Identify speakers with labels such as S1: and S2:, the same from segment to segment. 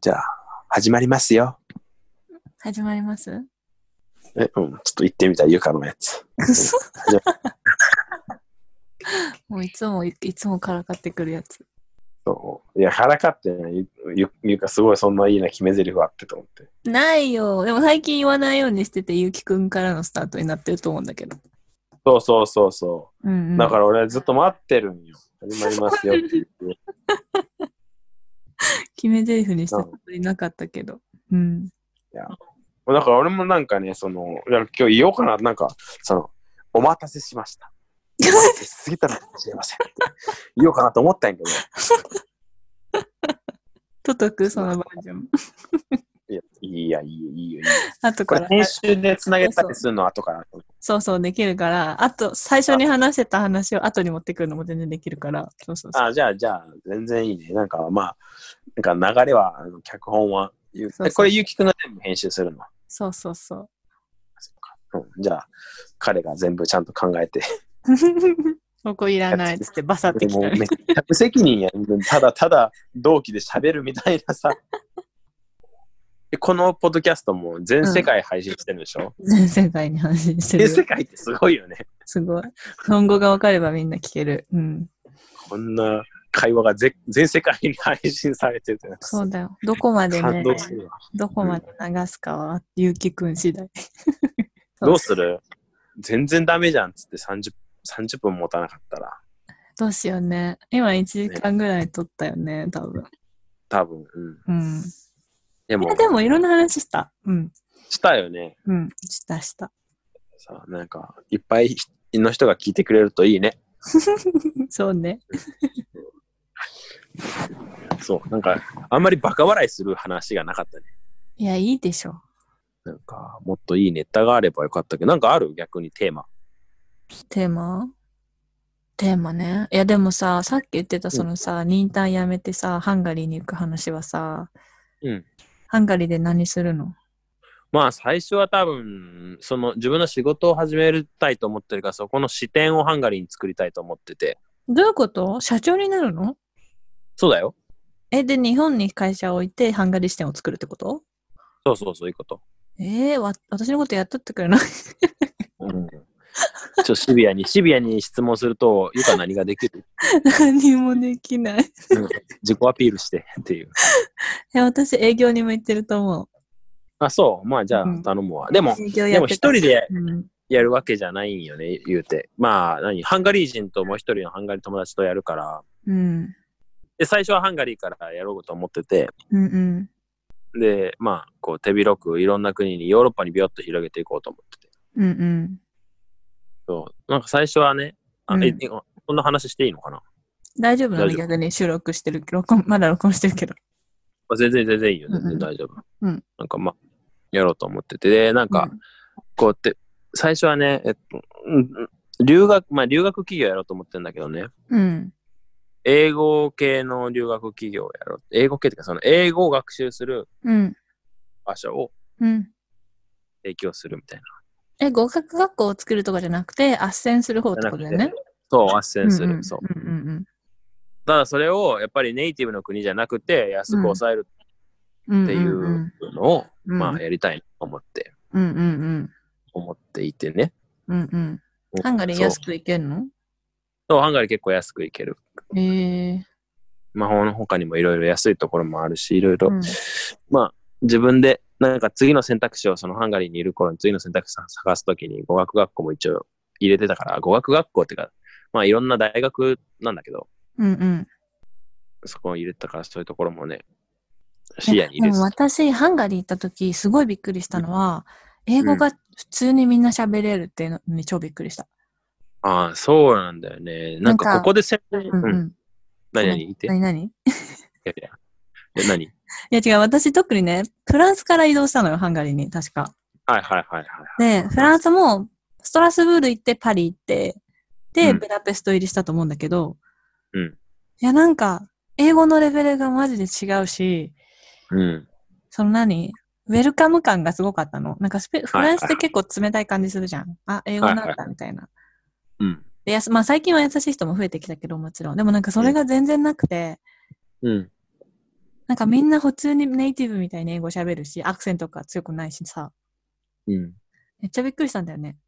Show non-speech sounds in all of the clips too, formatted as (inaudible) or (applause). S1: じゃあ、始まりますよ。
S2: 始まります
S1: え、うん、ちょっと行ってみた、ゆかのやつ。
S2: くそ (laughs) もういつもい、いつもからかってくるやつ。
S1: そう。いや、腹かってないゆゆ、ゆかすごいそんないいな決め台詞あってと思って。
S2: ないよ。でも最近言わないようにしてて、ゆうきくんからのスタートになってると思うんだけど。
S1: そうそうそうそ
S2: うん、う
S1: う。
S2: ん。
S1: だから俺ずっと待ってるんよ。始まりますよって言って。 (laughs)
S2: 決め台詞にしたことになかったけど。うん。
S1: だから俺もなんかね、その、いや今日言おうかな、なんか、その、お待たせしました。お待たせしすぎたのかもしれません (laughs) って言おうかなと思ったんやけど、
S2: ととく、そのバージョン。
S1: いや、いいや、いいよ、いいよ。いいよ
S2: (laughs) 後
S1: こ
S2: か
S1: れ
S2: ら。
S1: 編集でつなげたりするの後から。
S2: そうそう、できるから。あと、最初に話してた話を後に持ってくるのも全然できるから。そうそうそう。
S1: あ、じゃあ、じゃあ、全然いいね。なんか、まあ、なんか流れは、あの脚本は、ゆ
S2: そうそう
S1: えこれ、ゆうきくんが全部編集するの。
S2: そうそうそう。
S1: うん、じゃあ、彼が全部ちゃんと考えて。
S2: ここいらないっつってバサってき
S1: もう
S2: (laughs) たり
S1: めっちゃ無責任やん。ただただ同期で喋るみたいな
S2: (laughs)
S1: さ。えこのポッドキャストも全世界配信してるでしょ、
S2: 全世界に発信してる
S1: 全世
S2: よ。
S1: 界ってすごいよね。
S2: すごい。日本語がわかればみんな聞ける。うん。
S1: こんな会話がぜ全世界に配信されてるって
S2: そうだよ。どこまで
S1: 感
S2: ね、
S1: 動するわ。
S2: どこまで流すかは、ゆうきくん次第。そう
S1: どうする全然ダメじゃんっつって30、30分持たなかったら。
S2: どうしようね。今1時間ぐらい撮ったよね、多分。
S1: 多分、うん。
S2: うん。
S1: で
S2: い
S1: も
S2: や、、でもいろんな話した。うん。
S1: したよね。
S2: うん。したした。
S1: さあ、なんか、いっぱいの人が聞いてくれるといいね。
S2: そうね。
S1: そう、なんか、あんまりバカ笑いする話がなかったね。
S2: いや、いいでしょ。
S1: なんか、もっといいネタがあればよかったけど、なんかある逆にテーマ。
S2: テーマテーマね。いや、でもさ、さっき言ってたそのさ、忍耐やめてさ、ハンガリーに行く話はさ、
S1: うん
S2: ハンガリーで何するの
S1: まあ、最初は多分、その、自分の仕事を始めたいと思ってるから、そこの視点をハンガリーに作りたいと思ってて。
S2: どういうこと社長になるの
S1: そうだよ。
S2: え、で、日本に会社を置いて、ハンガリー支店を作るってこと
S1: そうそう、そういうこと。
S2: えー、わ、私のことやっとってくれない
S1: うん。ちょっとシビアに、シビアに質問すると、ゆか何ができる、
S2: (laughs)
S1: (laughs)
S2: 何もできない。
S1: うん自己アピールしてっていう。
S2: え、私、営業に向いてると思
S1: あ、そう。まあ、じゃあ
S2: うん
S1: 頼むわ。でも
S2: う。、営業
S1: で
S2: や
S1: も
S2: っ
S1: 一
S2: てた
S1: 人で
S2: うん。
S1: やるわけじゃないんよね、言うて。まあ、何ハンガリー人ともう一人のハンガリー友達とやるから。
S2: うん。
S1: で、最初はハンガリーからやろうと思ってて。
S2: うんうん。
S1: で、まあ、こう手広くいろんな国にヨーロッパにビヨッと広げていこうと思ってて。
S2: うんうん。
S1: そう。なんか最初はね、あ、え
S2: うん
S1: えこんな話していいのかな、
S2: 大丈夫な
S1: 大
S2: の
S1: 丈夫
S2: 逆に収録してる、録音、まだ録音してるけど。
S1: まあ、全然全然いいよ、
S2: うんうん
S1: 全然大丈夫。
S2: うん
S1: なんかまあ、やろうと思ってて。で、なんか、こうやって、最初はね、えっと、うんうん留学、まあ留学企業やろうと思ってるんだけどね、
S2: うん、うん。
S1: 英語系の留学企業をやろう。英語系っていうか、その英語を学習する
S2: うん。
S1: 場所を
S2: うん。
S1: 提供するみたいな。
S2: え、合格学校を作るとかじゃなくて、斡旋する方ってことだよ
S1: じゃ
S2: ね。
S1: そう、斡旋する。
S2: うんうん
S1: そう。
S2: うんうん
S1: ただそれを、やっぱりネイティブの国じゃなくて、安く抑える
S2: うん。
S1: ってい
S2: んんん
S1: うのを、
S2: うん
S1: まあ、やりたいなと思って、
S2: うんうんうん。
S1: 思っていてね。
S2: うんうん。ハンガリー安く行けるの
S1: そう、ハンガリー結構安く行ける。
S2: ええ
S1: 魔法の他にもいろいろ安いところもあるし、いろいろ、
S2: うん
S1: まあ、自分で、なんか次の選択肢を、そのハンガリーにいる頃に次の選択肢を探すときに語学学校も一応入れてたから、語学学校っていうか、まあいろんな大学なんだけど、
S2: うんうん。
S1: そこを入れてたから、そういうところもね、視野に入
S2: で
S1: れて
S2: も
S1: た。
S2: 私、ハンガリー行った時、すごいびっくりしたのは、英語が普通にみんな喋れるっていうのに超びっくりした。
S1: ああ、そうなんだよね。なんか
S2: なんか
S1: ここで宣伝、
S2: うんう
S1: うん、
S2: ん。
S1: 何々言って。い
S2: 何何い
S1: やいやえ何
S2: や違う、私特にね、フランスから移動したのよ、ハンガリーに、確か。
S1: はいはいはいはい。
S2: で、フランスもストラスブール行ってパリ行って、で、
S1: うん
S2: ブダペスト入りしたと思うんだけど、
S1: うん
S2: いや、なんか、英語のレベルがマジで違うし、
S1: うん。
S2: その何ウェルカム感がすごかったの。なんかスペ、フランスっ
S1: はい
S2: て結構冷たい感じするじゃん。あ、英語なんだ、みたいな。
S1: うん。
S2: で、やすまあ最近は優しい人も増えてきたけど、もちろん。でもなんかそれが全然なくて、
S1: うん。
S2: なんかみんな普通にネイティブみたいに英語喋るし、アクセントが強くないしさ、
S1: うん。
S2: めっちゃびっくりしたんだよね。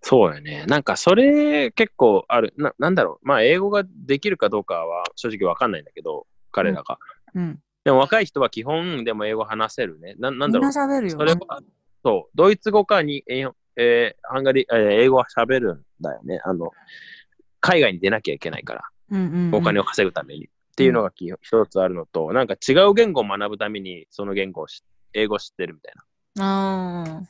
S1: そうよね。なんかそれ結構ある。ななんだろう。まあ英語ができるかどうかは正直わかんないんだけど、彼らが。
S2: うん。
S1: でも若い人は基本でも英語話せるね。ななんだ
S2: みん
S1: ろ
S2: な
S1: う。
S2: 喋るよ
S1: それ
S2: ね。
S1: は、そう。ドイツ語かに、えーえーハンガリー、えー英語は喋るんだよね。あの、海外に出なきゃいけないから。
S2: うんうんうん
S1: お金を稼ぐために。っていうのがき一つあるのと、なんか違う言語を学ぶために、その言語をし、英語を知ってるみたいな。
S2: あ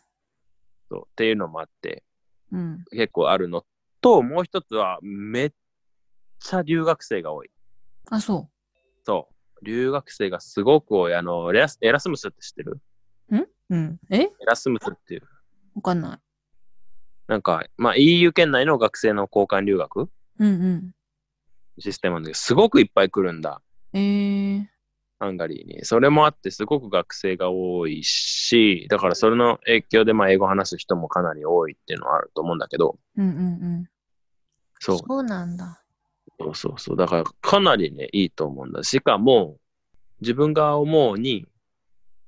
S1: そう。っていうのもあって、
S2: ーうん。
S1: 結構あるのと、もう一つは、めっちゃ留学生が多い。
S2: あ、そ
S1: そう。留学生がすごく多い。あの、レラスエラスムスって知ってる
S2: う。うん。え
S1: エラスムスっていう、
S2: わかんない。
S1: なんか、まあ EU 圏内の学生の交換留学
S2: うん
S1: システムなんだけど、すごくいっぱい来るんだ。
S2: うん。えー、
S1: ハンガリーに。それもあって、すごく学生が多いし、だからそれの影響で、まあ英語話す人もかなり多いっていうのはあると思うんだけど、
S2: うんうんうん。
S1: そう。
S2: そうなんだ。
S1: そうそうそう。だから、かなりね、いいと思うんだ。しかも、自分が思うに、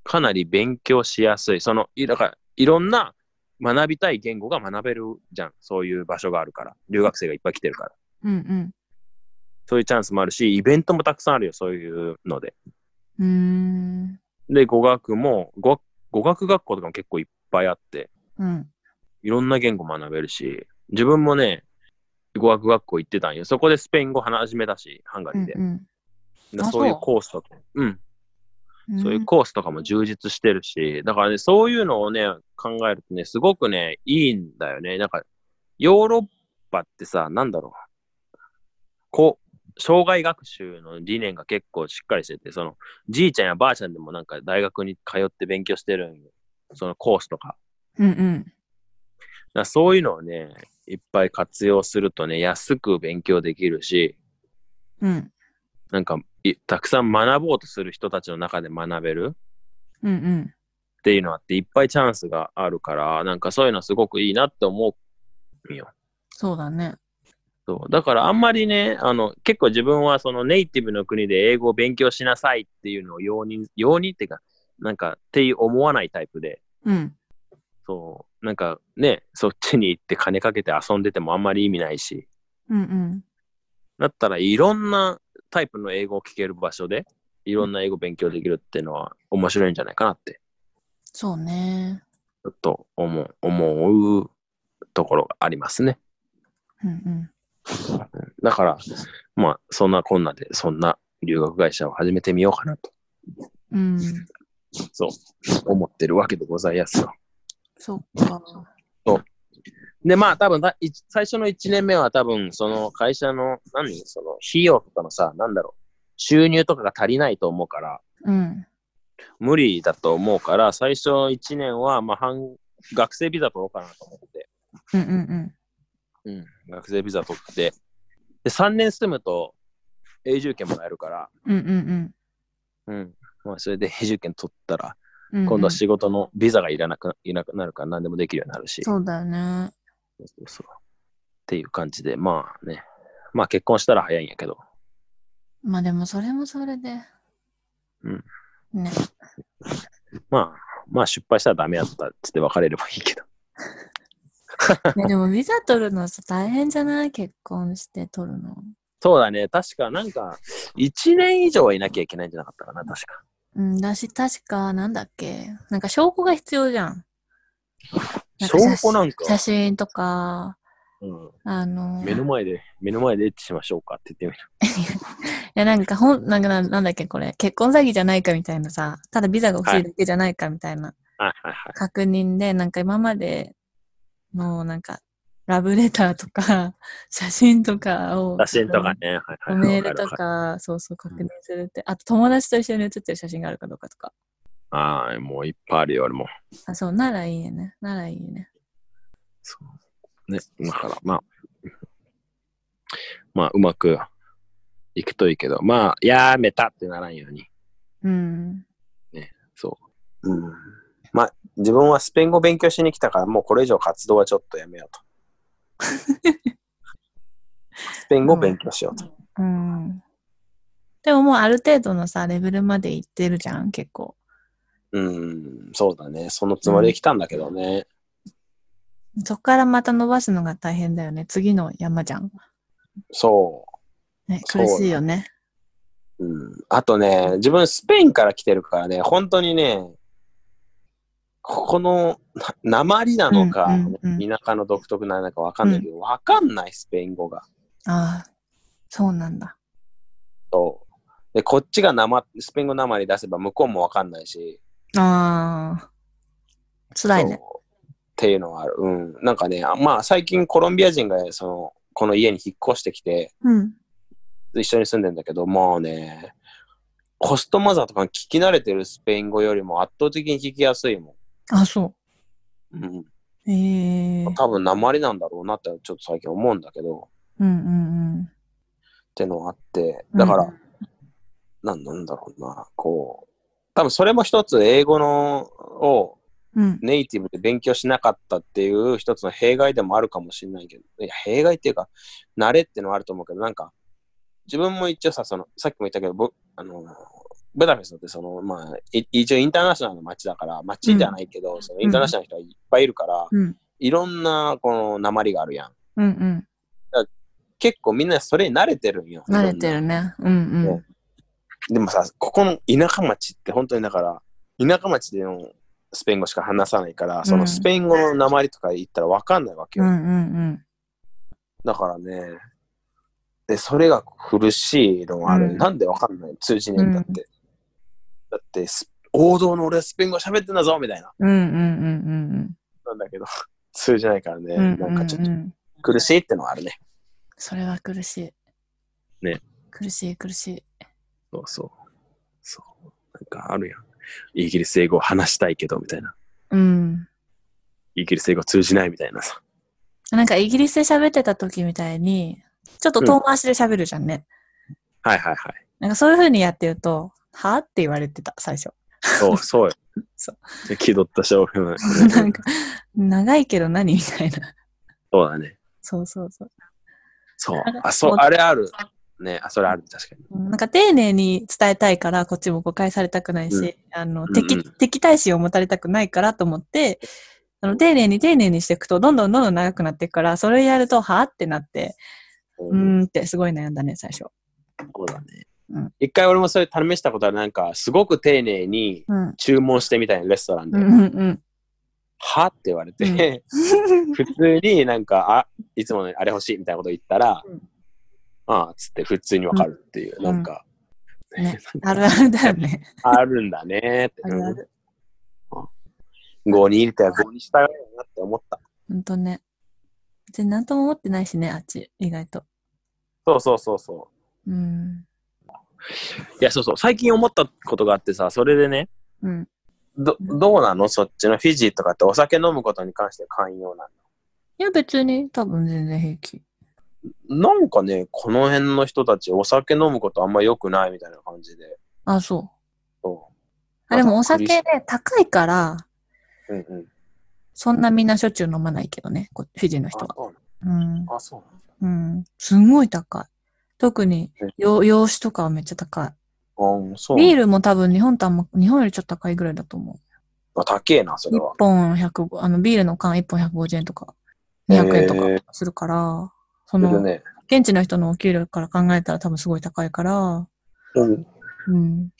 S1: かなり勉強しやすい。その、いだから、いろんな学びたい言語が学べるじゃん。そういう場所があるから。留学生がいっぱい来てるから。
S2: うん
S1: そういうチャンスもあるし、イベントもたくさんあるよ。そういうので。
S2: うん。うーん。
S1: で、語学も、語語学学校とかも結構いっぱいあって、
S2: うん。
S1: いろんな言語学べるし、自分もね、語学学校行ってたんよ。そこでスペイン語話しめたし、ハンガ
S2: う
S1: リー
S2: ん
S1: で。
S2: うん
S1: だ
S2: あ
S1: そういう
S2: そう
S1: コースとか。うん。
S2: うん。
S1: そういうコースとかも充実してるし、だからね、そういうのをね、考えるとね、すごくね、いいんだよね。なんか、ヨーロッパってさ、なんだろう。こう、障害学習の理念が結構しっかりしてて、その、じいちゃんやばあちゃんでもなんか大学に通って勉強してるんよそのコースとか。
S2: うんうん。
S1: だからそういうのをね、いっぱい活用するとね、安く勉強できるし、
S2: うん。
S1: なんか、いたくさん学ぼうとする人たちの中で学べる。
S2: うんうん。
S1: っていうのあって、いっぱいチャンスがあるから、なんかそういうのすごくいいなって思うよ。
S2: そうだね。
S1: そうだからあんまりね、あの、結構自分はそのネイティブの国で英語を勉強しなさいっていうのを容認、容認っていうか、なんかっていう思わないタイプで、
S2: うん。
S1: そう、なんかね、そっちに行って金かけて遊んでてもあんまり意味ないし、
S2: うんうん。
S1: だったらいろんなタイプの英語を聞ける場所で、いろんな英語勉強できるっていうのは面白いんじゃないかなって、
S2: そうね。
S1: ちょっと思う、思うところがありますね。
S2: うんうん。
S1: だから、まあ、そんなこんなで、そんな留学会社を始めてみようかなと、
S2: うん。
S1: そう、思ってるわけでございますよ。
S2: そっか。
S1: で、まあ、多分だい最初の1年目は多分、その会社の、何、その、費用とかのさ、なんだろう、収入とかが足りないと思うから、
S2: うん。
S1: 無理だと思うから、最初1年は、まあ、半学生ビザ取ろうかなと思って、
S2: うんうん
S1: うん、学生ビザ取って、で、3年住むと、永住権もらえるから、
S2: うん。うんうん
S1: うん、まあ、それで永住権取ったら、
S2: うん。
S1: 今度は仕事のビザがいらなくいなくなるから何でもできるようになるし、
S2: そうだよね。
S1: そうそうそうっていう感じで、まあね、まあ結婚したら早いんやけど、
S2: まあでもそれもそれで。
S1: うん。
S2: ね。
S1: まあ、まあ失敗したらダメやったっつって別れればいいけど。
S2: ねでもビザ取るのさ大変じゃない結婚して取るの。
S1: (laughs) そうだね、確かなんか、1年以上はいなきゃいけないんじゃなかったかな、確か。
S2: うん、だし確かなんだっけなんか証拠が必要じゃん。な
S1: 証
S2: んか写真
S1: 拠なんか
S2: 写、真とか、
S1: う
S2: あの
S1: ん、目の前で、目の前でエッチしましょうかって言って
S2: いや、なんか、ほん、なんかな、なんだっけ、これ。結婚詐欺じゃないかみたいなさ、ただビザが欲しいだけじゃないかみたい
S1: み
S2: な
S1: る。はいはいはい。
S2: 確認で、なんか今までの、なんか、ラブレターとか、 (laughs) 写真とかを、
S1: 写真とかね、はいはい。
S2: メールと
S1: わるわる
S2: か、そうそう確認するって、あと友達と一緒に写ってる写真があるかどうかとか。
S1: ああ、もういっぱいあるよ、俺も。
S2: あ、そう、ならいいよね。ならいいよね。
S1: そう。ね、だから、まあ、まあ、うまくいくといいけど、まあ、やめたってならんように。
S2: うん。
S1: そう。うん。まあ、自分はスペイン語勉強しに来たから、もうこれ以上活動はちょっとやめよ (laughs) うと。スペイン語勉強しようと。
S2: うん。でももうある程度のさ、レベルまで行ってるじゃん、結構。
S1: うん、そうだね。そのつもりで来たんだけどね。
S2: そこからまた伸ばすのが大変だよね。次の山じゃん。
S1: そ
S2: ね、
S1: そう
S2: 苦しいよね。
S1: う。うん。あとね、自分スペインから来てるからね、本当にね、ここのな鉛なのか、
S2: うんうんうん
S1: 田舎の独特なのかわかんないけど、わかんないスペイン語が。
S2: ああ、そうなんだ。
S1: そう。で、こっちがなま、スペイン語なまり出せば向こうもわかんないし。
S2: ああ、辛いね。
S1: そうっていうのはある。うん。なんかね、あまあ最近コロンビア人がその、この家に引っ越してきて、
S2: うん。
S1: 一緒に住んでんだけど、もうね、コストマザーとかに聞き慣れてるスペイン語よりも圧倒的に聞きやすいも
S2: あ、そ
S1: ん。うん。
S2: う。ええ
S1: 多分鉛なんだろうなってちょっと最近思うんだけど、っ
S2: うんうんうん。
S1: てのあって、だから、
S2: うん
S1: なんなんだろうな、こう、多分それも一つ英語のを
S2: うん。
S1: ネイティブで勉強しなかったっていう一つの弊害でもあるかもしれないけど、いや弊害っていうか、慣れっていうのはあると思うけど、なんか、自分も一応さ、そのさっきも言ったけど、ぼあのブダペストってその、まあ、い一応インターナショナルの街だから、街じゃないけど、そのインターナショナルの人がいっぱいいるから、
S2: うん。
S1: いろんなこの鉛があるやん。
S2: うんうん。
S1: 結構みんなそれに慣れてるんよ。
S2: 慣れてるね。うんうん
S1: ね。でもさ、ここの田舎町って本当にだから、田舎町でのスペイン語しか話さないから、そうの
S2: ん
S1: スペイン語の鉛とか言ったら分かんないわけ
S2: う
S1: よ。
S2: んうん
S1: だからね、で、それが苦しいのもある。
S2: うん
S1: なんで分かんない通じねえんだって。だってス、王道の俺はスペイン語喋ってんだぞみたいな。
S2: うん。うんうんうんうん
S1: なんだけど、 (laughs) 通じないからね、
S2: うん。
S1: なんかちょっ
S2: うん
S1: と
S2: うんうん
S1: 苦しいってのはあるね。
S2: それは苦しい。
S1: ね。
S2: 苦しい苦しい。
S1: そうそう。そう。なんかあるやん。イギリス英語を話したいけど、みたいな。
S2: うん。
S1: イギリス英語通じないみたいなさ。
S2: なんかイギリスで喋ってた時みたいに、ちょっと遠回しで喋るじゃんね。
S1: はいはいはい。
S2: なんかそういう風にやってると、はって言われてた、最初。 (laughs)
S1: そう、そうよ。
S2: そ
S1: で気取った商品
S2: (laughs) なんか、長いけど何みたいな。
S1: そうだね。
S2: そうそうそう。
S1: そう
S2: あれ。
S1: あ、そう、あれある。ね、あ、それある。確かに。
S2: なんか丁寧に伝えたいから、こっちも誤解されたくないし、
S1: うん
S2: あ
S1: んう
S2: の
S1: ん
S2: 敵敵対心を持たれたくないからと思って、あの丁寧に丁寧にしていくと、どんどんどんどん長くなっていくから、それやると、はあってなって、う
S1: うん
S2: ーんってすごい悩んだね、最初。
S1: そうだね
S2: うん。
S1: 一回俺もそれ試したことある。なんか、すごく丁寧に
S2: うん。
S1: 注文してみたいなレストラン
S2: う
S1: で。
S2: んうんうん。 (laughs)
S1: はって言われて、普通になんか、あ、いつものあれ欲しいみたいなこと言ったら、
S2: うん
S1: ああ、つって普通にわかるっていう、
S2: ん
S1: なんか、
S2: ね、あるあるだよね。
S1: あるんだねって
S2: あ。るある。
S1: 5に入れたら5に従うよなって思った。
S2: ほんとね。別に何とも思ってないしね、あっち、意外と。
S1: そうそうそうそう。
S2: うん。
S1: いや、そうそう。最近思ったことがあってさ、それでね、
S2: うん。
S1: ど、どうなのそっちのフィジーとかってお酒飲むことに関して寛容ない
S2: や、別に多分全然平気。
S1: の。なんかね、この辺の人たちお酒飲むことあんま良くないみたいな感じで。
S2: あ、そう。
S1: そ
S2: あ、でもお酒
S1: びっくり
S2: ね
S1: し、
S2: 高いから、
S1: う。うんうん。
S2: そんなみんなしょっちゅう飲まないけどね、こフィジーの人
S1: あ
S2: は。
S1: そう
S2: うん。
S1: なのあ、そうなの
S2: うん。すんごい高い。特に
S1: うん、
S2: 洋洋酒とかはめっちゃ高
S1: あそうなの。
S2: い。ビールも多分日本とあんま、日本よりちょっと高いぐらいだと思。
S1: あ、高えな、そうれ
S2: 一
S1: は。
S2: 本100、あの、ビールの缶一本150円とか、200円と
S1: へー
S2: かするから、
S1: そ
S2: そ
S1: れ
S2: の、
S1: ね。
S2: 現地の人のお給料から考えたら多分すごい高いから、
S1: うん。
S2: うん。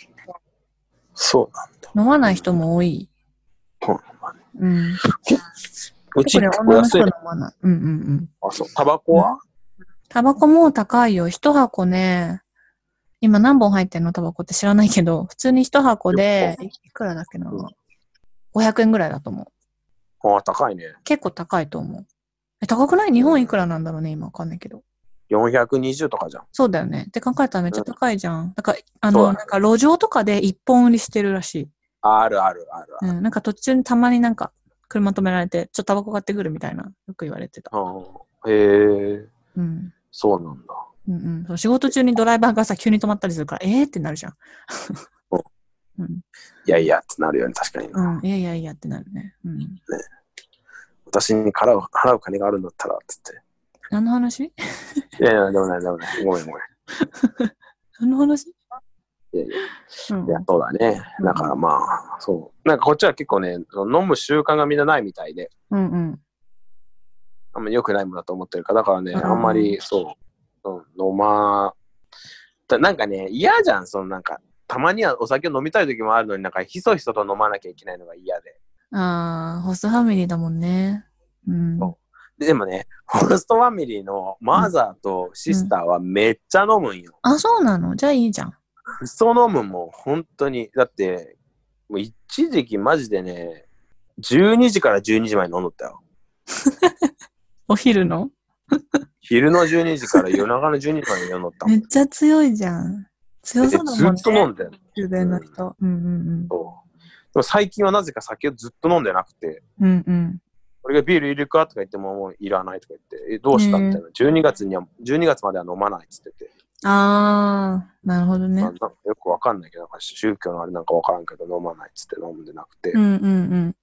S1: そうなんだ。
S2: 飲まない人も多い。
S1: そう
S2: うん。
S1: うち
S2: 結構ね、
S1: 結構
S2: 女の
S1: 安
S2: 人
S1: い
S2: 飲
S1: の。
S2: まない。うんうんうん。
S1: あ、そう。タバコは
S2: タバコも高いよ。一箱ね、今何本入ってんのタバコって知らないけど、普通に一箱で、いいくらだっけな、
S1: うん
S2: 500円ぐらいだと思う。
S1: あ、高いね。
S2: 結構高いと思う。え、高くない日本いくらなんだろうね、今わかんないけど。
S1: 420とかじゃん。
S2: そうだよね。って考えたらめっちゃ高いじゃん。だから、あ
S1: そう
S2: の、
S1: だね
S2: なんか路上とかで一本売りしてるらしい。
S1: あるあるあるあ
S2: う
S1: る。
S2: ん。なんか途中にたまになんか車止められて、ちょっとタバコ買ってくるみたいな、よく言われてた。
S1: うん、へえ、
S2: うん。
S1: そうなんだ。
S2: うんうんそう。仕事中にドライバーがさ、急に止まったりするから、えーってなるじゃん。 (laughs) う
S1: い
S2: ん。
S1: やいやってなるよね、確かに。
S2: うん、いやいやいやってなるね。うん。
S1: 私に払う払う金があるんだったら、つっ
S2: 何の話 (laughs)
S1: て。いやいや、でもない、でもない。ごめん、ごめん。
S2: 何の話
S1: いやいや
S2: うん
S1: いや、そうだね。だからまあ、そう。なんかこっちは結構ね、その飲む習慣がみんなないみたいで、
S2: うんうん。
S1: あんまり良くないものだと思ってるから、だからね、
S2: うん
S1: あんまりそう、うん、飲ま、だなんかね、嫌じゃん、そのなんか、たまにはお酒を飲みたい時もあるのになんか、ひそひそと飲まなきゃいけないのが嫌で。
S2: ああ、ホストファミリーだもんね。うん。
S1: そででもね、ホストファミリーのマザーとシスターはめっちゃ飲むんよ。
S2: あ、そうなのじゃあいいじゃん。
S1: クソ飲むもん本当に。だって、もう一時期マジでね、12時から12時まで飲んどったよ。
S2: お昼の
S1: 昼の12時から夜中の12時まで夜乗ったも
S2: め
S1: ん
S2: っちゃ強いじゃん。強そうだ
S1: ず
S2: もんね。
S1: っと飲んでん
S2: 中米の人。うんうん
S1: そうでも最近はなぜか酒をずっと飲んでなくて、
S2: うん。うんうん。
S1: 俺がビールいるかとか言っても、もういらないとか言って、え、どうした
S2: へえ
S1: みたいな。12月には、12月までは飲まないっつってて、
S2: ああ、なるほどね
S1: まあ。なんかよくわかんないけど、なんか宗教のあれなんかわからんけど、飲まないっつって飲んでなくて
S2: う。んうん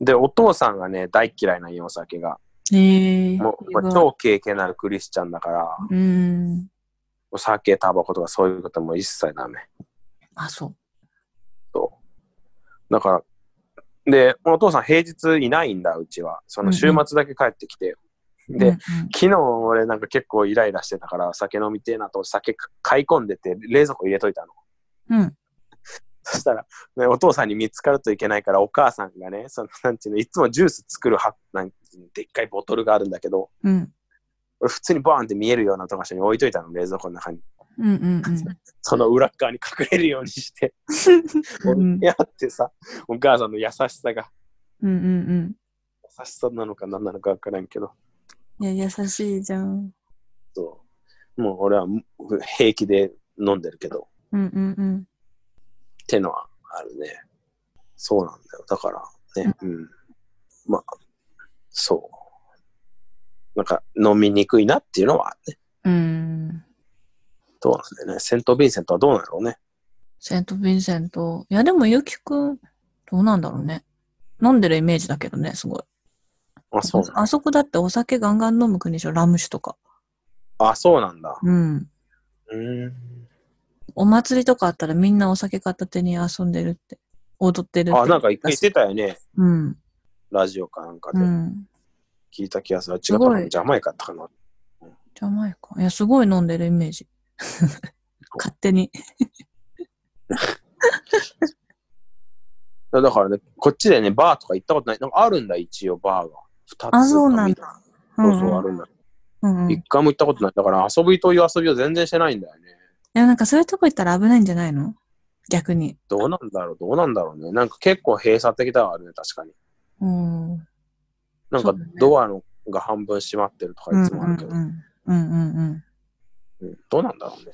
S1: で、お父さんがね、大嫌いなんよ、お酒が。
S2: うん。へえ。
S1: もう、まあ
S2: 意外
S1: 超経験のあるクリスチャンだから、
S2: うん。
S1: お酒、タバコとかそういうことも一切ダメ。
S2: あ、そう。
S1: そう。だから、で、お父さん平日いないんだ、うちは。その週末だけ帰ってきて。で、
S2: うんうん
S1: 昨日俺なんか結構イライラしてたから、酒飲みてえなと思って酒買い込んでて、冷蔵庫入れといたの。
S2: うん。
S1: そしたら、ね、お父さんに見つかるといけないから、お母さんがね、その、なんていうの、いつもジュース作るは、なんでっかいボトルがあるんだけど、
S2: うん。
S1: 俺普通にバーンって見えるようなとか所に置いといたの、冷蔵庫の中に。
S2: うんうん
S1: その裏っ側に隠れるようにして、
S2: うん。うん
S1: やってさ、お母さんの優しさが、
S2: うんうん
S1: 優しさなのか何なのか分からんけど、
S2: うん。いや、優しいじゃん。
S1: そう。もう俺はむ平気で飲んでるけど、
S2: うんうんうん。
S1: ってのはあるね。そうなんだよ。だからね、うん。まあ、そう。なんか飲みにくいなっていうのはね、
S2: うん。
S1: どうなんだよね。セント・ヴィンセントはどうなんだろうね。
S2: セント・ヴィンセント。いや、でも、ゆきくん、どうなんだろうね。飲んでるイメージだけどね、すごい。
S1: あ、そうなんだ。
S2: あそこだってお酒ガンガン飲む国でしょ、ラム酒とか。
S1: あ、そうなんだ。
S2: うん。
S1: うーん。
S2: お祭りとかあったらみんなお酒片手に遊んでるって。踊ってるって。
S1: あ、なんか一回言ってたよね。
S2: うん。
S1: ラジオかなんかで
S2: うん。
S1: 聞いた気がする。
S2: す
S1: 違った
S2: ご
S1: か
S2: い
S1: な。ジャマイカだったかな。
S2: ジャマイカ。いや、すごい飲んでるイメージ。勝手に。
S1: だからね、こっちでね、バーとか行ったことない。なんかあるんだ、一応バーが。二つ
S2: あそうなん
S1: だ。
S2: ん
S1: そ
S2: ん
S1: うそう、あるんだ。
S2: うんうん。い
S1: 一回も行ったことない。だから遊びという遊びを全然してないんだよね。
S2: や、なんかそういうとこ行ったら危ないんじゃないの逆に。
S1: どうなんだろう、どうなんだろうね。なんか結構閉鎖的だわね、確かに。
S2: うん。
S1: なんか
S2: そうだね
S1: ドアのが半分閉まってるとかいつもあるけど、
S2: うんうんうん。
S1: うんどうなんだろうね。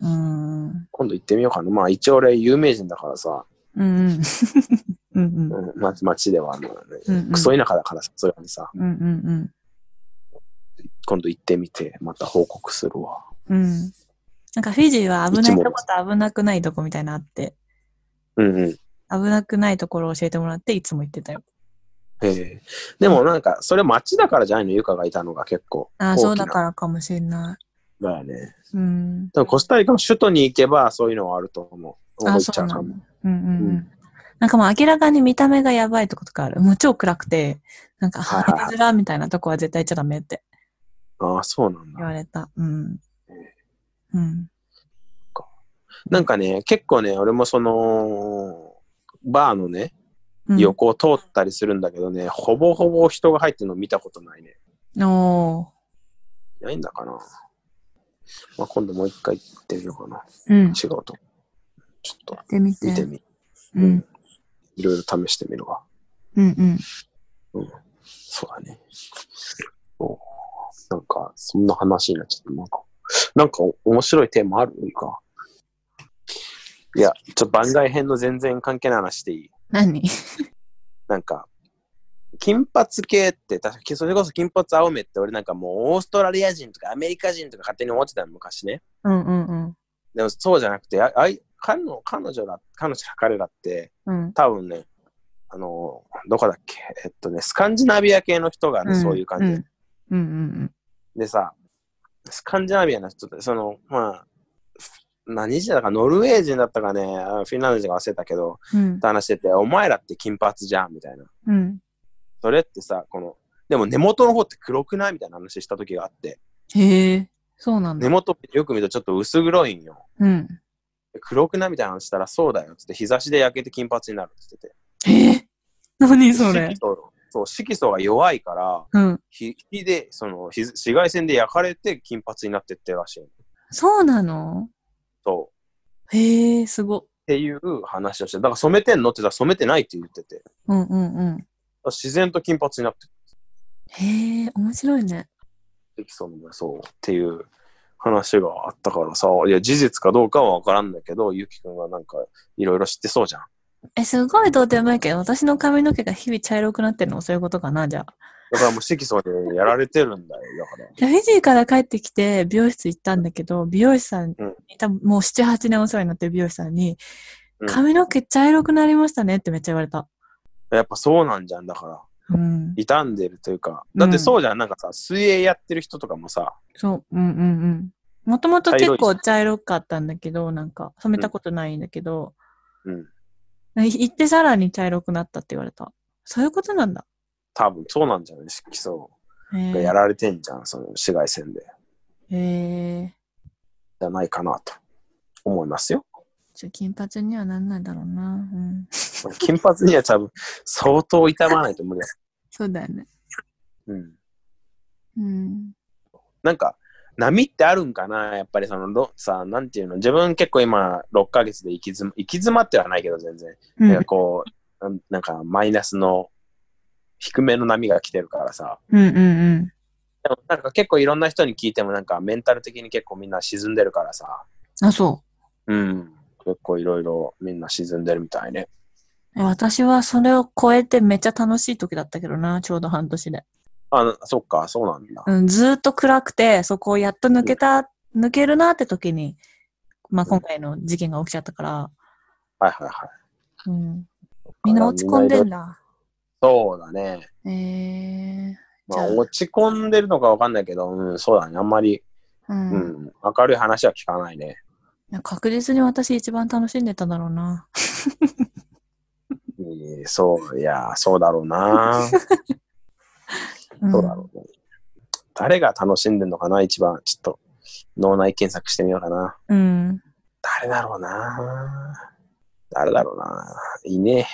S2: うんうんうん。
S1: 今度行ってみようかな。まあ一応俺有名人だからさ、
S2: うんうん。うんうん。
S1: うん、ま街ではあるのよね、
S2: うんうん
S1: クソ田舎だからさ、それにさ、
S2: うんうん
S1: 今度行ってみて、また報告するわ。
S2: うん。うん。なんかフィジーは危ない
S1: 一問
S2: とこと危なくないとこみたいなのあって、
S1: うんうん。
S2: 危なくないところを教えてもらっていつも行ってたよ。
S1: へえでもなんか、それ街だからじゃないの、ゆかがいたのが結構。
S2: あ
S1: 大き
S2: あ、
S1: な
S2: そうだからかもしれな
S1: だよね。
S2: い。うん。
S1: でもコスタリカの首都に行けば、そういうのはあると思う。思
S2: あ
S1: いっ
S2: そ
S1: ちゃ
S2: う
S1: う
S2: な
S1: か
S2: の。う
S1: も
S2: んうんう
S1: うん
S2: ん。なんかもう明らかに見た目がやばいとことかある。もう超暗くて、なんか、
S1: はい
S2: は
S1: はいはい
S2: いずらみたいなとこは絶対行っちゃダメって
S1: ああ、そうなんだ
S2: 言。われた。うん。うん。
S1: なんかね、結構ね、俺もその、バーのね、
S2: うん、
S1: 横を通ったりするんだけどね、ほぼほぼ人が入ってるの見たことないね。
S2: おー。
S1: ないんだかな。まあ、今度もう一回行ってみようかな。
S2: うん。
S1: 違うと。ちょっと
S2: 行ってみて。
S1: 見てみ。
S2: う。
S1: うんいろいろ試してみるわ。
S2: うんうん。
S1: そうだね。おなんか、そんな話になっちゃった。なんか、なんか面白いテーマあるいいか。いや、ちょっと番外編の全然関係ない話でいい。
S2: 何 (laughs)
S1: なんか、金髪系って、確かそれこそ金髪青目って俺なんかもうオーストラリア人とかアメリカ人とか勝手に思ってたの昔ね。
S2: うんうんうん。
S1: でもそうじゃなくて、ああい彼の彼女ら、彼女ら彼らって、
S2: うん。
S1: 多分ね、あの、どこだっけ、えっとね、スカンジナビア系の人がね、
S2: ん
S1: そういう感じ、
S2: うんうんうん
S1: でさ、スカンジナビアの人って、その、まあ、何人だか、ノルウェー人だったかね、あフィンランド人が忘れたけど、
S2: うん。
S1: 話してて、お前らって金髪じゃん、みたいな。
S2: うん。
S1: それってさ、この、でも根元の方って黒くないみたいな話した時があって、
S2: へえ、そうなん
S1: 根
S2: だ。
S1: 元よく見るとちょっと薄黒いんよ。
S2: うん。
S1: 黒くないみたいな話したら、そうだよっつって、日差しで焼けて金髪になるっつってて。
S2: へえ、何それ
S1: 色。素そう、色素が弱いから、
S2: うん。
S1: 日日で、その、日紫外線で焼かれて金髪になってってらしい。
S2: そうなの
S1: そう。
S2: へえ、すご。
S1: っていう話をして、だから染めてんのって言ったら染めてないって言ってて、だか
S2: うんうんうん。
S1: ら自然と金髪になって
S2: へえ、面白いね。
S1: できそうなんだよそうっていう話があったからさ、いや、事実かどうかはわからんだけど、ゆきくんがなんかいろいろ知ってそうじゃん。
S2: え、すごいどうでもいいけど、私の髪の毛が日々茶色くなってるのもそういうことかな、じゃあ。
S1: だからもう色素でやられてるんだよ、だから。
S2: いやフィジーから帰ってきて、美容室行ったんだけど、美容師さんに、
S1: うん
S2: 多分もう7、8年お世話になってる美容師さんに、
S1: うん
S2: 髪の毛茶色くなりましたねってめっちゃ言われた。
S1: やっぱそうなんじゃん、だから。
S2: うん。
S1: 傷んでるというか。だってそうじゃん、なんかさ、水泳やってる人とかもさ、
S2: そう、うんうんうん。もともと結構茶色かったんだけど、なんか染めたことないんだけど、
S1: うん、
S2: い行ってさらに茶色くなったって言われた。そういうことなんだ。
S1: 多分そうなんじゃない色素
S2: へ
S1: がやられてんじゃん、その紫外線で。
S2: え。へー
S1: じゃないかなと思いますよ。
S2: ちょ金髪にはなんないだろうな。うん。
S1: (laughs) 金髪には多分相当痛まないと無理だ。
S2: そうだよね。
S1: うん
S2: うん。
S1: なんか波ってあるんかなやっぱりそのろさなんていうの自分結構今6ヶ月で行き詰ま行き詰まってはないけど全然、
S2: う
S1: なん
S2: ん
S1: か。こうなんなんかマイナスの低めの波が来てるからさ
S2: うんうん
S1: でもなんか結構いろんな人に聞いてもなんかメンタル的に結構みんな沈んでるからさ
S2: うん。あ、そ
S1: うん結構いろいろみんな沈んでるみたいね
S2: う。え私はそれを超えてめっちゃ楽しい時だったけどな、ちょうど半年で。
S1: あなそっかそうなんだ、
S2: うん、ずーっと暗くて、そこをやっと抜けた、抜けるなって時に、まあ今回の事件が起きちゃったから、
S1: はいはいはい
S2: うん。みんな落ち込んでんだ。
S1: そうだね
S2: えー。
S1: まあ
S2: じゃあ
S1: 落ち込んでるのかわかんないけどうんそうだねあんまり、う
S2: う。
S1: ん
S2: い
S1: ん、明るい話は聞かないね
S2: や確実に私一番楽しんでただろうな。
S1: えーそう、いや、そうだろうな。
S2: うん
S1: そうだろうね。誰が楽しんでんのかな、一番。ちょっと、脳内検索してみようかな。
S2: うん。
S1: 誰だろうな。誰だろうな。いいねえ。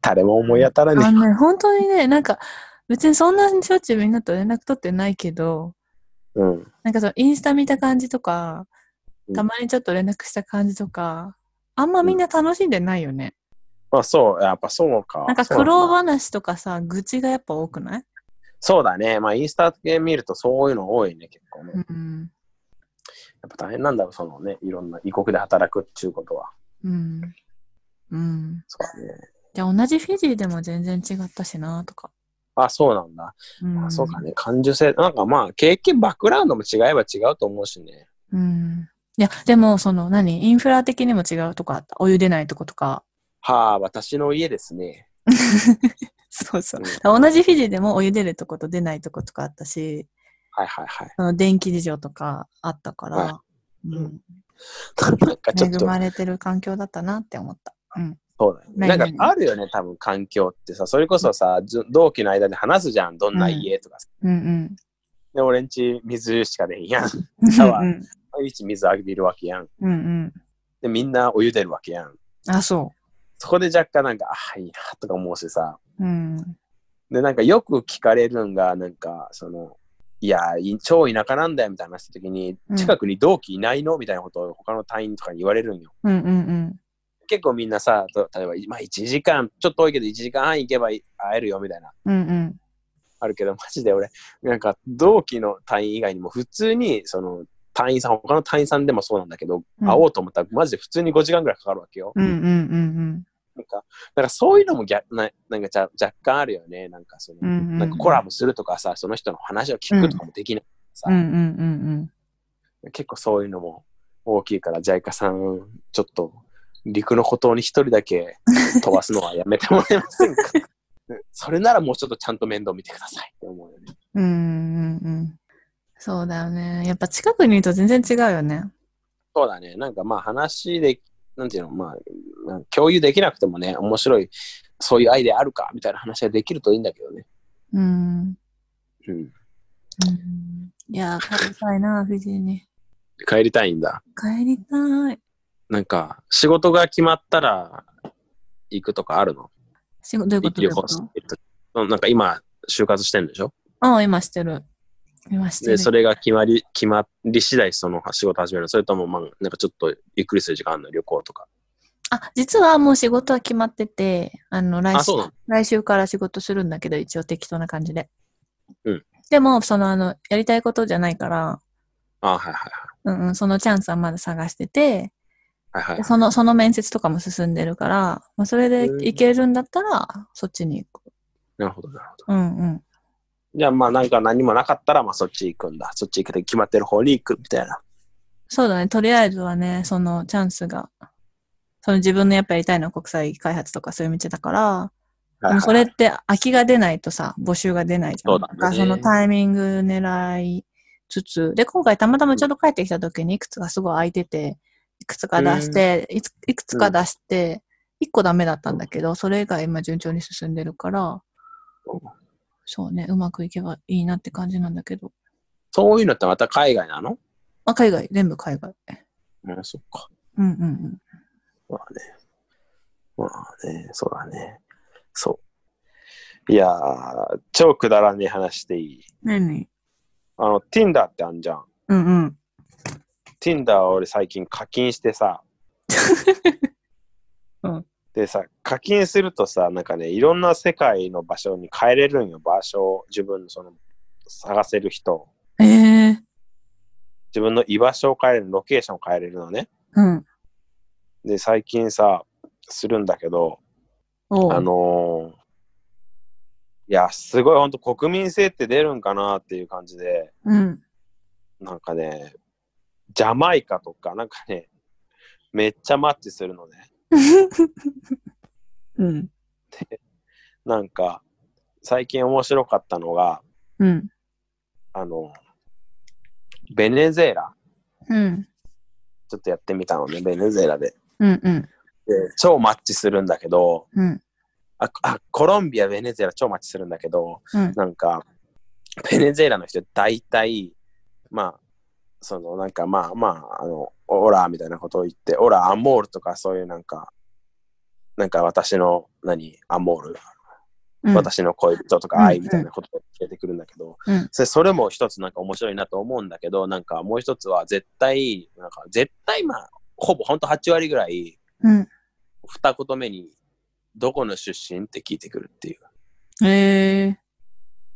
S1: 誰も思い当たら
S2: あ
S1: ね
S2: のね、本当にね、なんか、別にそんなにしょっちゅうみんなと連絡取ってないけど、
S1: え。うん。
S2: なんかそのインスタ見た感じとか
S1: うん、
S2: たまにちょっと連絡した感じとか、あんまみんな楽しんでないよね。
S1: まあそう、やっぱそうか。
S2: なんか
S1: そう
S2: 苦
S1: だ
S2: 労話とかさ、愚痴がやっぱ多くない
S1: そうだね。まあインスタで見るとそういうの多いね、結構ね。やっ
S2: うん。
S1: ぱ大変なんだろう、そのね、いろんな異国で働くっていうことは。
S2: うん。うん。
S1: そうだね。
S2: じゃあ同じフィジーでも全然違ったしなとか。
S1: あ、そうなんだ。
S2: うん。
S1: あそうかね。感受性、なんかまあ、経験、バックグラウンドも違えば違うと思うしね。
S2: うん。いや、でも、その、何インフラ的にも違うとかあった。お湯出ないとことか。
S1: はあ、私の家ですね。
S2: (laughs) そうそうう。
S1: ん
S2: 同じフィジーでもお湯出るとこと出ないとことかあったし、
S1: はいはい
S2: (laughs)
S1: はい。
S2: その電気事情とかあったから、
S1: は
S2: う
S1: うん
S2: ん、
S1: なんかちょ
S2: 恵
S1: っと、
S2: まれてる環境だったなって思った。うん。
S1: そうだよね。
S2: ない
S1: な
S2: なんい
S1: かあるよね、多分環境ってさ、それこそさ、じゅ同期の間で話すじゃん、どんな家とかさ。
S2: うん
S1: で、俺んち水しか出んやん。 (laughs)
S2: うん。
S1: シャワー
S2: うん
S1: 毎日水あげてるわけやん。
S2: うん。うん
S1: で、みんなお湯出るわけやん。
S2: うん。あ、そ
S1: そこで若干なんか、あ、いいなとか思うしさ。
S2: う。うん。
S1: で、なんかよく聞かれるんが、なんか、その、いや、い超田舎なんだよみたいな話した時に
S2: う、ん
S1: 近くに同期いないのみたいなことを他の隊員とかに言われるんよ。
S2: うんうん
S1: 結構みんなさ、と例えば、まあ、1時間、ちょっと多いけど、1時間半行けばい会えるよみたいな、
S2: うん。うんうん。
S1: あるけど、マジで俺、なんか同期の隊員以外にも、普通に、その、隊員さん、他の隊員さんでもそうなんだけど、
S2: うん
S1: 会おうと思ったら、マジで普通に5時間ぐらいかかるわけよ。
S2: うんうんうん
S1: なんか、なんかそういうのも逆ななんかじゃ若干あるよね。なんかその、
S2: うんうんうん
S1: なんかコラボするとかさ、その人の話を聞くとかもできない。さ、
S2: うん。うんうんうん
S1: 結構そういうのも大きいから、ジャイカさん、ちょっと陸の孤島に一人だけ飛ばすのはやめてもらえません
S2: (laughs)
S1: かそれならもうちょっとちゃんと面倒見てくださいって思うよね。
S2: うん。うんうんうん。そうだよね。やっぱ近くにいると全然違うよね。
S1: そうだね。なんかまあ話で、なんていうの、まあ、共有できなくてもね、面白い、そういうアイデアあるかみたいな話ができるといいんだけどね。
S2: うん。
S1: うん。
S2: うん、いやー、帰りたいな、フィジーに。
S1: 帰りたいんだ。
S2: 帰りたい。
S1: なんか、仕事が決まったら行くとかあるの
S2: 仕事、どういうこ
S1: 行
S2: と
S1: き
S2: どうい
S1: 旅
S2: うこ
S1: 行
S2: と
S1: うんなんか今、就活してんでしょ
S2: ああ、今してる。今して
S1: で、
S2: る。
S1: それが決まり、決まり次第その仕事始めるのそれともまあ、なんかちょっとゆっくりする時間あるの旅行とか。
S2: あ、実はもう仕事は決まってて、あの、来
S1: あ、
S2: 週
S1: そうなの
S2: 来週から仕事するんだけど、一応適当な感じで。
S1: うん。
S2: でも、その、あの、やりたいことじゃないから、
S1: あ、はいはいは
S2: うんうん、そのチャンスはまだ探してて、
S1: い。はいは
S2: で
S1: い。
S2: その、その面接とかも進んでるから、まあ、それで
S1: うん
S2: 行けるんだったら、そっちに行く。
S1: なるほど、なるほど。
S2: うんうん。
S1: じゃあまあなんか何もなかったらまあそっち行くんだ。そっち行くで決まってる方に行くみたいな。
S2: そうだね、とりあえずはね、そのチャンスが、その自分のやっぱやりたいのは国際開発とかそういう道だから、でもそれって空きが出ないとさ、募集が出ないじゃん。
S1: そうだね
S2: からそのタイミング狙いつつ、で、今回たまたまちょうど帰ってきた時にいくつかすごい空いてて、いくつか出して、いついくつか出して、一個ダメだったんだけど、それ以外今順調に進んでるから
S1: うん、
S2: そうね、うまくいけばいいなって感じなんだけど。
S1: そういうのってまた海外なの
S2: あ、海外、全部海外。
S1: うん、そっか。
S2: うんうんうん。
S1: まあね。まあね、そうだね。そう。いやー、超くだらねえ話でいい。
S2: 何
S1: あの、Tinder ってあんじゃん。
S2: うんうん。。
S1: Tinder を俺最近課金してさ
S2: (laughs) うん
S1: でさ、課金するとさ、なんかね、いろんな世界の場所に変えれるんよ。場所を、自分のその、探せる人を
S2: ええ
S1: 自分の居場所を変えるロケーションを変えれるのね。
S2: うん。
S1: で、最近さ、するんだけど、
S2: おう
S1: あのーいや、すごい、ほんと国民性って出るんかなっていう感じで、
S2: うん。
S1: なんかね、ジャマイカとか、なんかね、めっちゃマッチするのね。
S2: うん。
S1: なんか、最近面白かったのが、
S2: うん。
S1: あの、ベネズエラ、
S2: うん。
S1: ちょっとやってみたのね、ベネズエラで。
S2: うんうん。
S1: で超マッチするんだけど、
S2: うん。
S1: あ、あコロンビア、ベネズエラ超マッチするんだけど、
S2: うん。
S1: なんか、ベネズエラの人、大体、まあ、その、なんか、まあまあ、あの、オラみたいなことを言って、オラ、アモールとか、そういうなんか、なんか私の、何、アモール、
S2: うん、
S1: 私の恋人と
S2: うん
S1: か愛みたいなことを聞いてくるんだけど、
S2: うん
S1: それそれも一つなんか面白いなと思うんだけど、なんかもう一つは絶対、なんか絶対まあ、ほぼほんと8割ぐらい、
S2: うん。
S1: 二言目に、どこの出身って聞いてくるっていう。
S2: へえ。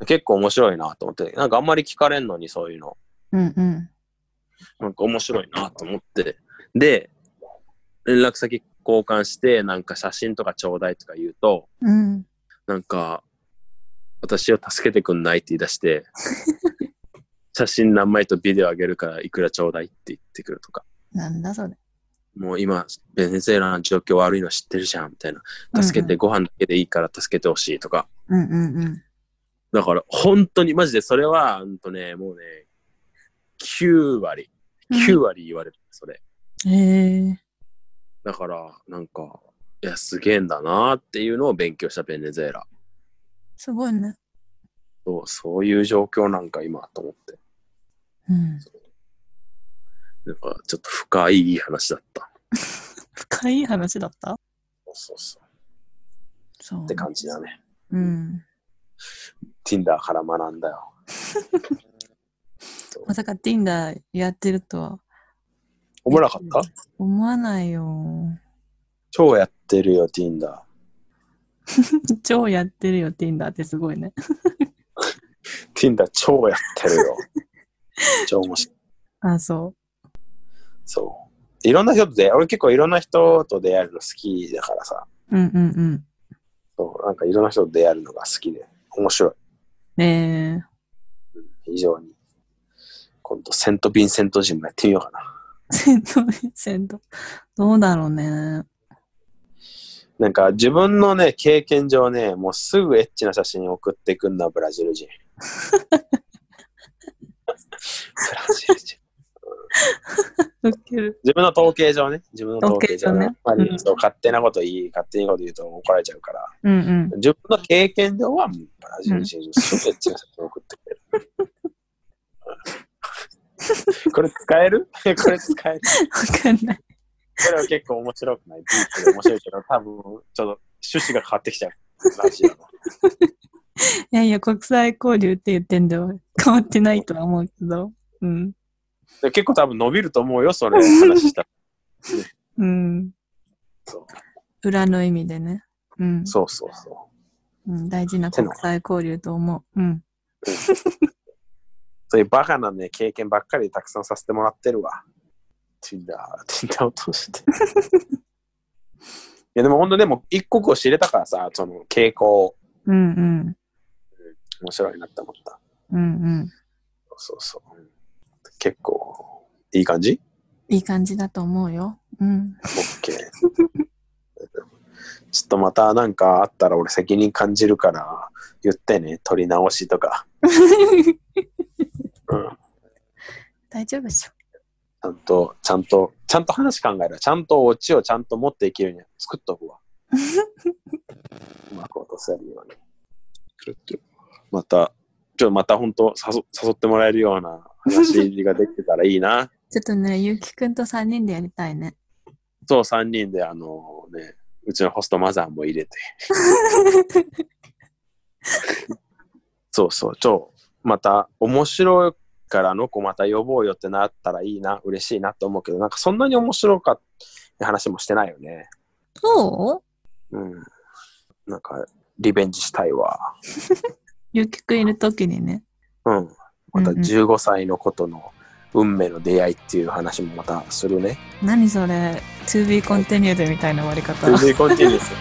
S1: 結構面白いなと思って、なんかあんまり聞かれんのにそういうの。
S2: うんうん。
S1: なんか面白いなと思って。で、連絡先交換して、なんか写真とかちょうだいとか言うと、
S2: うん。
S1: なんか、私を助けてくんないって言い出 (laughs) して、写真何枚とビデオあげるからいくらちょうだいって言ってくるとか、
S2: なんだそれ。
S1: もう今、ベネズエラの状況悪いの知ってるじゃんみたいな、助けて、ご飯だけでいいから助けてほしいとか、
S2: うんうんうん。
S1: だから本当にマジでそれは、うんとね、もうね、9割、9割言われる、それ。
S2: へえ。
S1: だから、なんか、いや、すげえんだなっていうのを勉強したベネズエラ。
S2: すごいね。
S1: そう、そういう状況なんか今と思って。
S2: うん。
S1: なんか、ちょっと深いいい話だった。
S2: 深い話だった
S1: そうそう。
S2: そう。
S1: って感じだね。
S2: うん。
S1: Tinder から学んだよ。
S2: まさか Tinder やってるとは
S1: 思わなかった
S2: 思わないよ。 (laughs)
S1: 超やってるよ、Tinder。
S2: 超やってるよ、Tinder ってすごいね。
S1: Tinder 超やってるよ。超面白い。
S2: あ、そ
S1: そう。いろんな人と出会俺結構いろんな人と出会えるの好きだからさ。
S2: う。うんうん
S1: そう、なんかいろんな人と出会えるのが好きで、面白い。
S2: うん。ええ。
S1: 非常に。今度、セント・ヴィンセント人もやってみようかな。
S2: セント、セント。どうだろうね。
S1: なんか、自分のね、経験上ね、もうすぐエッチな写真送ってくんな、ブラジル人。ブラジル人。うん
S2: ウケる。
S1: 自分の統計上ね、自分の統計上ね。
S2: 統計上ね
S1: まあそう勝手なこと言い、勝手なこと言うと怒られちゃうから、
S2: うんうん。
S1: 自分の経験上は、もうブラジル人にすぐエッチな写真送ってくれる。 (laughs) これ使える (laughs) これ使える
S2: わかんない。
S1: これは結構面白くない。ディープで面白いけど、多分、ちょっと趣旨が変わってきちゃう。ラジオの
S2: いやいや、国際交流って言ってんでは変わってないとは思うけど。うん。
S1: で結構多分伸びると思うよ、それ話したら。
S2: うん。
S1: そ
S2: 裏の意味でね。うん
S1: う。そうそうそ
S2: うん、大事な国際交流と思う。うん。
S1: う。そういうバカなね、経験ばっかりたくさんさせてもらってるわ。Tinder、Tinder を通して。いやでも本当でも一国を知れたからさ、その傾向、
S2: うんうん。
S1: 面白いなって思った。
S2: うんうん。
S1: そうそう。結構、いい感じ
S2: いい感じだと思うよ。 (laughs) うん。
S1: ?OK。ちょっとまたなんかあったら俺責任感じるから言ってね、取り直しとか。うん
S2: 大丈夫でしょ。
S1: ちゃんと、ちゃんと、ちゃんと話考えるわ。ちゃんとオチをちゃんと持っていけるように作っとくわ。うまく落とせるように。ちょっと、また、ちょっとまた本当誘、誘ってもらえるような話ができてたらいいな。
S2: ちょっとね、ゆうきくんと3人でやりたい (laughs) ね。
S1: そう、3人で、あのね、うちのホストマザーも入れて。そうそう、ちょ、また、面白いからあの子また呼ぼうよってなったらいいな、嬉しいなと思うけど、なんかそんなに面白かった話もしてないよね。
S2: そう
S1: うん。なんか、リベンジしたいわ。
S2: ゆうきくんいるときにね。
S1: うん。また
S2: うんうん
S1: 15歳のことの運命の出会いっていう話もまたす
S2: (laughs)
S1: るね。
S2: 何それ ?to be continued みたいな終わり方。
S1: 全然コンティニューです。